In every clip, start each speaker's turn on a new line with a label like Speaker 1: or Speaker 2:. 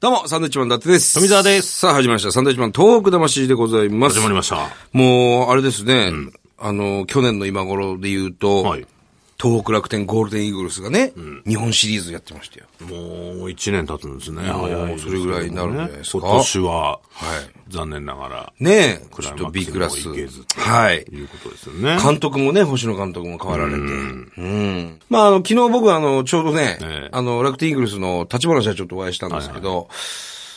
Speaker 1: どうも、サンドイッチマン伊達です。。
Speaker 2: 富澤です
Speaker 1: さあ、始まりました。サンドイッチマン東北魂でございます。
Speaker 2: 始まりました。
Speaker 1: もう、あれですね、あの、去年の今頃で言うと、
Speaker 2: はい
Speaker 1: 東北楽天ゴールデンイーグルスがね、日本シリーズやってましたよ。
Speaker 2: もう一年経つんですね。早いですね。
Speaker 1: それぐらいになるんじゃないですか
Speaker 2: 今年は、
Speaker 1: い
Speaker 2: 残念ながら、
Speaker 1: ねえ、
Speaker 2: ク
Speaker 1: ち
Speaker 2: ラ
Speaker 1: ょっ
Speaker 2: イ
Speaker 1: と
Speaker 2: マ
Speaker 1: B
Speaker 2: ッ
Speaker 1: ク
Speaker 2: ク
Speaker 1: ラ
Speaker 2: ス
Speaker 1: ス。
Speaker 2: にも行けず
Speaker 1: はい。
Speaker 2: いうことですよね。
Speaker 1: 監督もね、星野監督も変わられて。うん。まあ、あの、昨日僕あの、ちょうどね、
Speaker 2: ええ
Speaker 1: あの、楽天イーグルスの立花社長とお会いしたんですけど、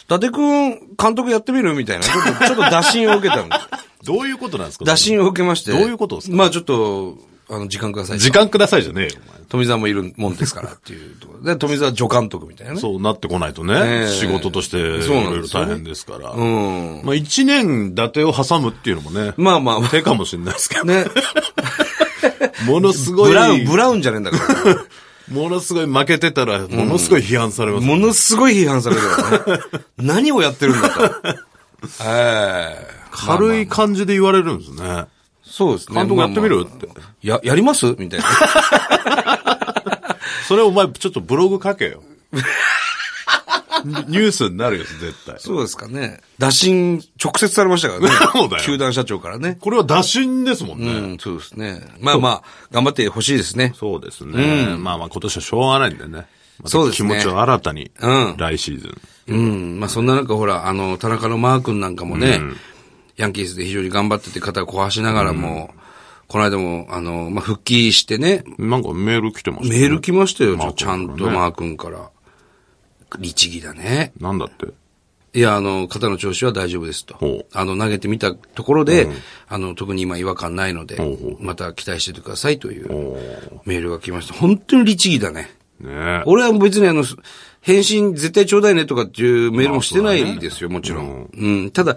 Speaker 1: 伊達くん、監督やってみるみたいな、ちょっと、ちょっと打診を受けたんです。
Speaker 2: どういうことなんですか
Speaker 1: 打診を受けまして。
Speaker 2: どういうことですか
Speaker 1: まあちょっと、あの、時間ください。
Speaker 2: 時間くださいじゃねえよ、お前
Speaker 1: 富澤もいるもんですからっていうところで、富澤助監督みたいなね。
Speaker 2: そうなってこないと
Speaker 1: え
Speaker 2: ね、
Speaker 1: え
Speaker 2: 仕事として、い
Speaker 1: そうなん
Speaker 2: ろい
Speaker 1: で
Speaker 2: ろ
Speaker 1: すよ
Speaker 2: 大変ですから。
Speaker 1: うん。
Speaker 2: まあ一年伊達を挟むっていうのもね、
Speaker 1: まあま
Speaker 2: 手かもしれないですけ
Speaker 1: あ、
Speaker 2: ど、
Speaker 1: ね。
Speaker 2: ものすごい、
Speaker 1: ブラウン、ブラウンじゃねえんだから。
Speaker 2: ものすごい負けてたら、ものすごい批判されますよ
Speaker 1: ものすごい批判されるからね。 何をやってるんだと。ええ
Speaker 2: 軽い感じで言われるんですね。
Speaker 1: そうですね。
Speaker 2: 監督やってみるって
Speaker 1: まあまあや、やりますみたいな。
Speaker 2: それお前ちょっとブログ書けよ。 ニニュースになるよ、絶対。
Speaker 1: そうですかね。打診、直接されましたからね。
Speaker 2: そうだよ
Speaker 1: 球団社長からね。
Speaker 2: これは打診ですもんね。
Speaker 1: うん、そうですね。まあまあ、頑張ってほしいですね。
Speaker 2: そうですね、まあまあ今年はしょうがないんでね。また
Speaker 1: そうですね
Speaker 2: 気持ちを新たに、
Speaker 1: うん
Speaker 2: 来シーズン。
Speaker 1: うん。まあそんな中、ほら、あの、田中のマー君なんかもね、ヤンキースで非常に頑張ってて肩を壊しながらも、この間も、あの、まあ復帰してね、
Speaker 2: なんかメール来てました、ね。
Speaker 1: メール来ましたよ、ちょ
Speaker 2: マー
Speaker 1: ちゃ
Speaker 2: 君から
Speaker 1: ん
Speaker 2: ね
Speaker 1: とマー君から。律儀だね。
Speaker 2: なんだって。
Speaker 1: いや、あの、肩の調子は大丈夫です
Speaker 2: ほ
Speaker 1: と
Speaker 2: う。
Speaker 1: あの、投げてみたところで、あの、特に今違和感ないので
Speaker 2: ほうほ、
Speaker 1: また期待しててくださいとい
Speaker 2: お
Speaker 1: う
Speaker 2: ー
Speaker 1: メールが来ました。本当に律儀だね。
Speaker 2: ねえ。
Speaker 1: 俺は別にあの、返信絶対ちょうだいねとかっていうメールもしてないですよ、もちろん。うん。ただ、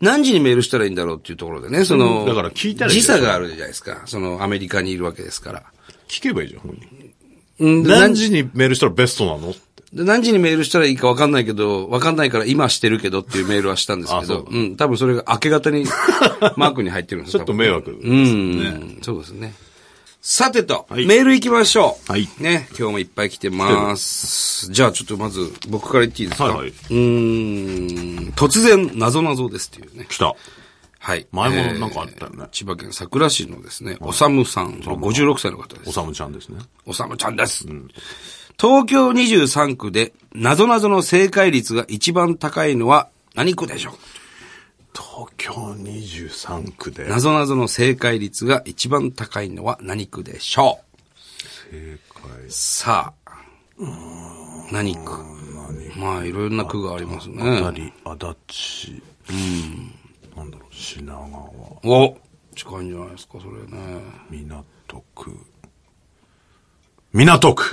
Speaker 1: 何時にメールしたらいいんだろうっていうところでね、その、
Speaker 2: うんだから聞いたらいい
Speaker 1: 時
Speaker 2: よ
Speaker 1: 差があるじゃないですか。その、アメリカにいるわけですから。
Speaker 2: 聞けばいいじゃん、本人。
Speaker 1: うん。
Speaker 2: 何時にメールしたらベストなのって。
Speaker 1: で何時にメールしたらいいか分かんないけど、分かんないから今してるけどっていうメールはしたんですけ
Speaker 2: あそ
Speaker 1: ど、
Speaker 2: う
Speaker 1: うん、多分それが明け方 にマークに入ってるんです
Speaker 2: ちょっと迷
Speaker 1: 惑。
Speaker 2: 惑です
Speaker 1: う
Speaker 2: ね。
Speaker 1: ん、そうですね。さてと、
Speaker 2: はい
Speaker 1: メール行きましょう。
Speaker 2: はい
Speaker 1: ね、今日もいっぱい来てます。じゃあちょっとまず僕から言っていいですか
Speaker 2: はいはいう
Speaker 1: ーん、突然、謎謎ですっていうね。
Speaker 2: 来た。
Speaker 1: はい。
Speaker 2: 前もなんかあったよね
Speaker 1: えー千葉県佐倉市のですね、おさむさん、56歳の方です
Speaker 2: お。さむちゃんですね。
Speaker 1: おさむちゃんです。東京23区で、なぞなぞの正解率が一番高いのは何区でしょ
Speaker 2: 東京23区で
Speaker 1: うなぞなぞの正解率が一番高いのは何区でしょう
Speaker 2: 正解。
Speaker 1: さあ、何区まあ、いろんな区があります
Speaker 2: あ
Speaker 1: ね。
Speaker 2: たり、足立、なんだろう、品川、
Speaker 1: お近いんじゃないですか、それね。
Speaker 2: 港区。港 区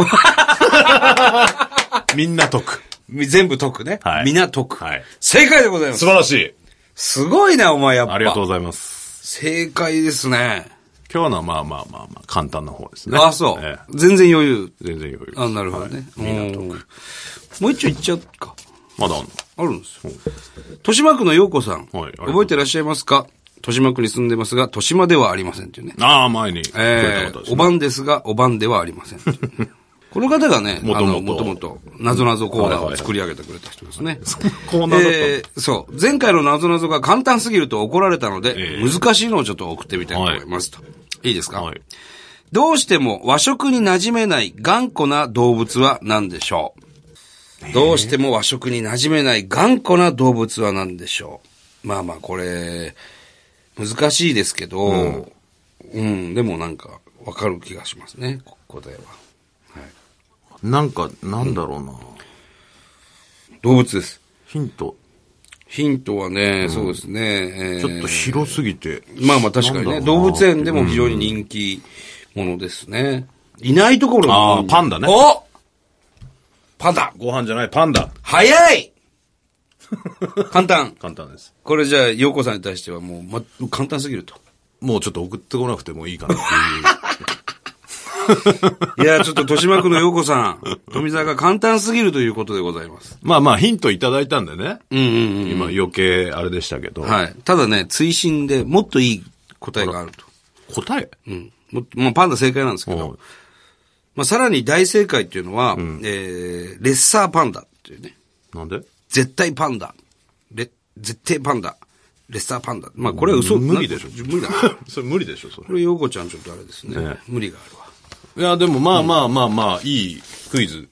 Speaker 2: みんなと区。
Speaker 1: み全部解くね。
Speaker 2: はい
Speaker 1: 港区、
Speaker 2: はい
Speaker 1: 正解でございます。
Speaker 2: 晴らしい。
Speaker 1: すごいな、お前やっぱ。
Speaker 2: ありがとうございます。
Speaker 1: 正解ですね。
Speaker 2: 今日のはまあまあまあまあ、簡単な方ですね。
Speaker 1: あ、そう、
Speaker 2: え
Speaker 1: 全然余裕。
Speaker 2: え全然余裕です
Speaker 1: あ、なるほどね。
Speaker 2: はい港
Speaker 1: うん
Speaker 2: 区。
Speaker 1: もう一丁行っちゃうか。
Speaker 2: まだあんの
Speaker 1: あるんですよ。豊島区の陽子さん。
Speaker 2: はい
Speaker 1: 覚えてらっしゃいますか豊島区に住んでますが、豊島ではありませんっていうね。
Speaker 2: ああ、前にくれ
Speaker 1: え
Speaker 2: た方
Speaker 1: ー
Speaker 2: です
Speaker 1: お
Speaker 2: ね。
Speaker 1: ばんですが、おばんではありませんっていう ね。この方がね、
Speaker 2: も
Speaker 1: あ
Speaker 2: ともと
Speaker 1: の、もともと、なぞなぞコーナーを作り上げてくれた人ですね。
Speaker 2: コーナーだったの
Speaker 1: えーそう。前回のなぞなぞが簡単すぎると怒られたので、
Speaker 2: えー
Speaker 1: 難しいのをちょっと送ってみたいと思いますと。いいですか
Speaker 2: はい。
Speaker 1: どうしても和食に馴染めない頑固な動物は何でしょうどうしても和食に馴染めない頑固な動物は何でしょうまあまあこれ、難しいですけど、うん、でもなんかわかる気がしますね、こ答えは。
Speaker 2: なんか、なんだろうな。
Speaker 1: 動物です。
Speaker 2: ヒント、
Speaker 1: ヒントはね、そうですね、えー
Speaker 2: ちょっと広すぎて。
Speaker 1: まあまあ確かにね、
Speaker 2: なんだろう
Speaker 1: 動
Speaker 2: な
Speaker 1: 物園でも非常に人気ものですね。いないところ
Speaker 2: あーパンダね
Speaker 1: おパンダ
Speaker 2: ご飯じゃない、パンダ。
Speaker 1: 早い簡単。
Speaker 2: 簡単です。
Speaker 1: これじゃあ、陽子さんに対してはもう、ま、簡単すぎると。
Speaker 2: もうちょっと送ってこなくてもいいかなっていう。
Speaker 1: いや、ちょっと豊島区の陽子さん、富澤が簡単すぎるということでございます。
Speaker 2: まあまあ、ヒントいただいたんでね。
Speaker 1: うんうん
Speaker 2: 今余計あれでしたけど。
Speaker 1: うん。はい。ただね、追伸でもっといい答えがあると。
Speaker 2: 答え
Speaker 1: うん。もっともうパンダ正解なんですけ
Speaker 2: お
Speaker 1: ど
Speaker 2: う。
Speaker 1: まあ、さらに大正解っていうのは、えー、レッサーパンダっていうね。
Speaker 2: なんで
Speaker 1: 絶対パンダ。レ、絶対パンダ。レッサーパンダ。まあ、これは嘘
Speaker 2: 無理でしょ
Speaker 1: な無理だな。
Speaker 2: それ無理でしょ、それ
Speaker 1: こ。れ、ようこちゃんちょっとあれですね。
Speaker 2: ね
Speaker 1: 無理があるわ。
Speaker 2: いや、でもまあまあまあまあ、いいクイズ。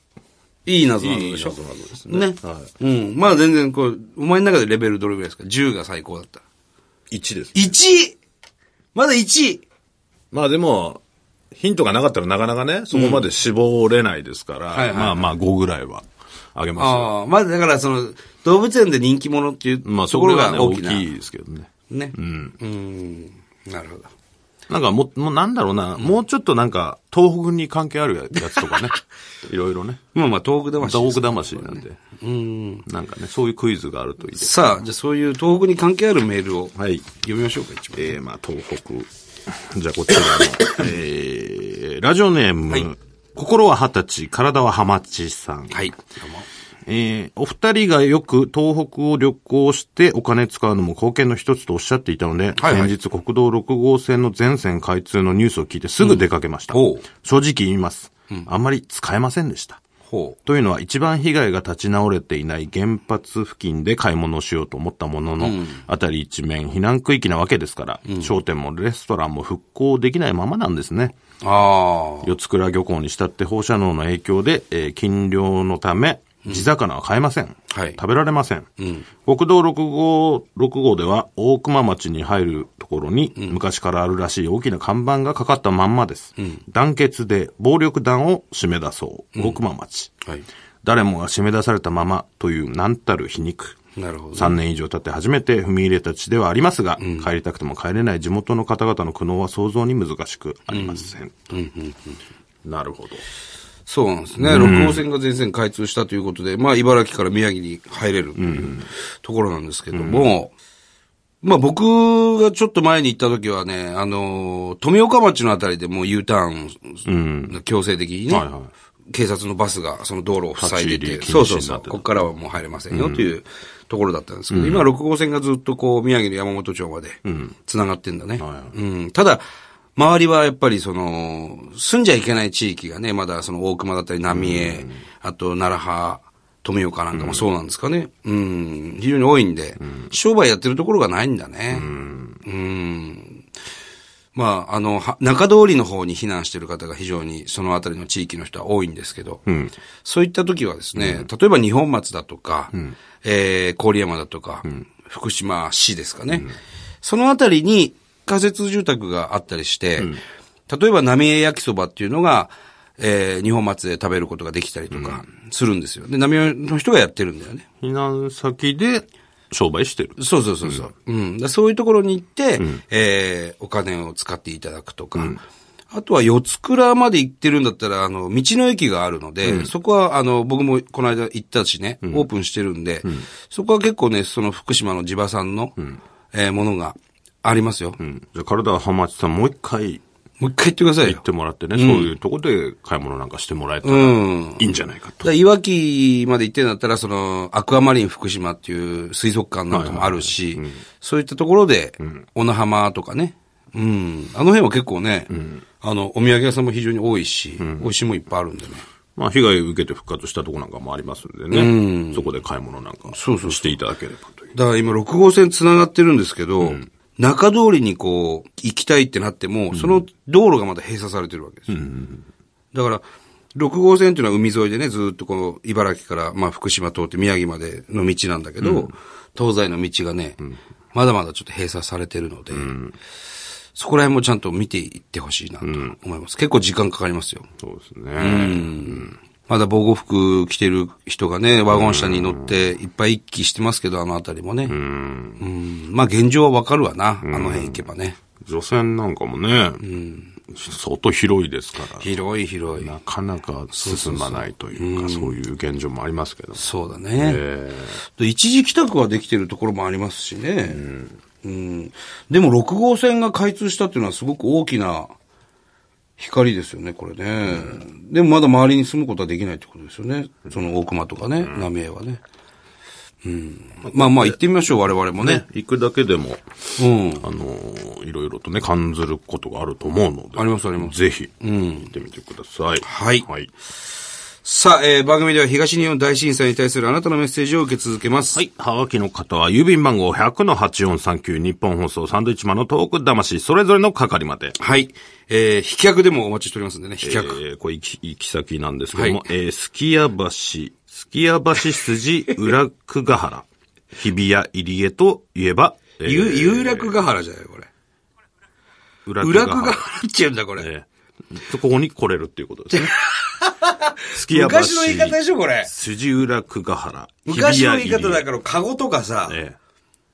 Speaker 1: いい謎なのでしょ
Speaker 2: いい謎なのです
Speaker 1: ね
Speaker 2: ねは
Speaker 1: うん。まあ全然、こう、お前の中でレベルどれぐらいですか ?10 が最高だった。
Speaker 2: 1です。
Speaker 1: 1! まだ 1!
Speaker 2: まあでも、ヒントがなかったらなかなかね、そこまで絞れないですから、
Speaker 1: はいはい
Speaker 2: まあまあ5ぐらいはあげますよ。
Speaker 1: ああ、まあだからその、動物園で人気者っていう
Speaker 2: まあ
Speaker 1: と
Speaker 2: そ
Speaker 1: こ
Speaker 2: こ
Speaker 1: ろ
Speaker 2: が、ね、
Speaker 1: が
Speaker 2: 大
Speaker 1: 大きな。
Speaker 2: きいですけどね。
Speaker 1: ね。うん。うん。なるほど。
Speaker 2: なんかもう、もうなんだろうな、もうちょっとなんか、東北に関係あるやつとか ね、いろいろね。
Speaker 1: まあまあ、東北魂です
Speaker 2: 東北魂なんで、なんかね、そういうクイズがあるといいです。
Speaker 1: さあ、じゃあそういう東北に関係あるメールを
Speaker 2: はい。
Speaker 1: 読みましょうか、一番。
Speaker 2: えー、まあ、東北。じゃあ、こちらの、えー、ラジオネーム、心は二十歳、体はハマチさん。
Speaker 1: はい。
Speaker 2: えーお二人がよく東北を旅行してお金使うのも貢献の一つとおっしゃっていたので、
Speaker 1: はいはい
Speaker 2: 先日国道6号線の全線開通のニュースを聞いてすぐ出かけました。
Speaker 1: うんおう
Speaker 2: 正直言います、あんまり使えませんでした。
Speaker 1: ほ
Speaker 2: というのは一番被害が立ち直れていない原発付近で買い物をしようと思ったものの、あたり一面避難区域なわけですから、商店もレストランも復興できないままなんですね。
Speaker 1: う。ああ。
Speaker 2: 四つ倉漁港にしたって放射能の影響で、えー禁漁のため、地魚は買えません。
Speaker 1: はい
Speaker 2: 食べられません。国道6号、6号では大熊町に入るところに、昔からあるらしい大きな看板がかかったまんまです。団結で暴力団を締め出そう。大熊町。
Speaker 1: はい。
Speaker 2: 誰もが締め出されたままという何たる皮肉。
Speaker 1: なるほど。
Speaker 2: 3年以上経って初めて踏み入れた地ではありますが、帰りたくても帰れない地元の方々の苦悩は想像に難しくありません。なるほど。
Speaker 1: そうなんですね。6号線が全線開通したということで、まあ、茨城から宮城に入れるというところなんですけども、まあ、僕がちょっと前に行った時はね、あのー、富岡町のあたりでもう U ターン、強制的にね、
Speaker 2: はいはい
Speaker 1: 警察のバスがその道路を塞いでて、
Speaker 2: 立ち
Speaker 1: そ
Speaker 2: 入
Speaker 1: うそ
Speaker 2: り禁止になってた
Speaker 1: うそう、ここからはもう入れませんよというところだったんですけど、今6号線がずっとこう、宮城の山本町まで、繋がってんだね。
Speaker 2: はいはい
Speaker 1: うん、ただ、周りはやっぱりその、住んじゃいけない地域がね、まだその大熊だったり浪江、あと奈良派、富岡なんかもそうなんですかね。うん、非常に多いんで、商売やってるところがないんだね。うん。まあ、あの、は中通りの方に避難してる方が非常にその辺りの地域の人は多いんですけど、そういった時はですね、例えば二本松だとか、えー、郡山だとか、福島市ですかね、その辺りに仮設住宅があったりして、例えば浪江焼きそばっていうのが、えー、二本松で食べることができたりとかするんですよ。で、浪江の人がやってるんだよね。
Speaker 2: 避難先で商売してる。
Speaker 1: そうそうそうそう。うん。だからそういうところに行って、えーお金を使っていただくとか、あとは四つ倉まで行ってるんだったら、あの、道の駅があるので、そこは、あの、僕もこの間行ったしね、オープンしてるんで、そこは結構ね、その福島の地場産の、えーものがありますよ。
Speaker 2: うん。じゃあ、体は浜地さんもう一回
Speaker 1: もう一回言ってください
Speaker 2: 行
Speaker 1: よ
Speaker 2: っ。てもらってね、そういうとこで買い物なんかしてもらえたら
Speaker 1: う
Speaker 2: い
Speaker 1: ん。
Speaker 2: いんじゃないか
Speaker 1: だからいわきまで行ってんだったら、その、アクアマリン福島っていう水族館なんかもあるし、そういったところで、小名浜とかね、うん、あの辺は結構ね、あの、お土産屋さんも非常に多いし、美味しいもんいっぱいあるんでね。
Speaker 2: まあ、被害を受けて復活したとこなんかもありますんでね。そこで買い物なんかしていただければという。
Speaker 1: だから今、6号線繋がってるんですけど、中通りにこう、行きたいってなっても、その道路がまだ閉鎖されてるわけですよ。だから、6号線っていうのは海沿いでね、ずっとこの茨城から、まあ福島通って宮城までの道なんだけど、東西の道がね、まだまだちょっと閉鎖されてるので、そこら辺もちゃんと見ていってほしいなと思います。結構時間かかりますよ。
Speaker 2: そうですね。
Speaker 1: まだ防護服着てる人がね、ワゴン車に乗っていっぱい一気してますけど、あの辺りもね。うんまあ現状はわかるわな、あの辺行けばね。
Speaker 2: 除染なんかもね、相当広いですから。
Speaker 1: 広い広い。
Speaker 2: なかなか進まないというか、そういう現状もありますけど。
Speaker 1: そうだね。
Speaker 2: え
Speaker 1: で一時帰宅はできてるところもありますしね。うん。でも6号線が開通したっていうのはすごく大きな光ですよね、これね。でもまだ周りに住むことはできないってことですよね。その大熊とかね、浪江はね。うん。まあまあ行ってみましょう、我々もね。
Speaker 2: ー行くだけでも、
Speaker 1: うん。
Speaker 2: あのーいろいろとね、感ずることがあると思うので。
Speaker 1: ありますあります
Speaker 2: ぜひ、行ってみてください。
Speaker 1: はい
Speaker 2: はい。
Speaker 1: さあ、えー、番組では東日本大震災に対するあなたのメッセージを受け続けます。
Speaker 2: はい。はがきの方は、郵便番号100-8439、日本放送サンドイッチマンのトーク魂、それぞれの係まで。
Speaker 1: はい。えー、飛脚でもお待ちしておりますんでね、飛
Speaker 2: え
Speaker 1: 脚。
Speaker 2: ー、これ行き、行き先なんですけども、
Speaker 1: はい
Speaker 2: えー、すきや橋、すきや橋筋裏久 ヶ原、日比谷入江といえば、えー
Speaker 1: ゆ有楽ヶ原じゃないこれ。
Speaker 2: 裏
Speaker 1: 裏
Speaker 2: 久
Speaker 1: 久
Speaker 2: ヶ
Speaker 1: ヶ
Speaker 2: 原。
Speaker 1: 原っちゅうんだ、これ。
Speaker 2: えー、ここに来れるっていうことで すね。すきや橋、
Speaker 1: 昔の言い方でしょ、これ。
Speaker 2: 筋裏久ヶ原、
Speaker 1: 昔の言い方だ
Speaker 2: か
Speaker 1: から、カゴとかさ、
Speaker 2: え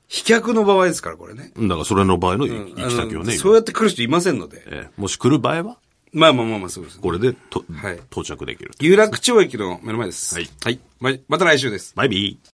Speaker 1: 飛脚の場合ですから、これね。
Speaker 2: ーだからそれの場合の行き行き先をね、
Speaker 1: あの
Speaker 2: 今
Speaker 1: そうやって来る人いませんので。
Speaker 2: えーもし来る場合は、
Speaker 1: まあまあまあまあ、そうです。
Speaker 2: これでと、
Speaker 1: はい
Speaker 2: 到着できる。
Speaker 1: 有楽町駅の目の前です。
Speaker 2: はい
Speaker 1: はい。ままた来週です。
Speaker 2: バイビー。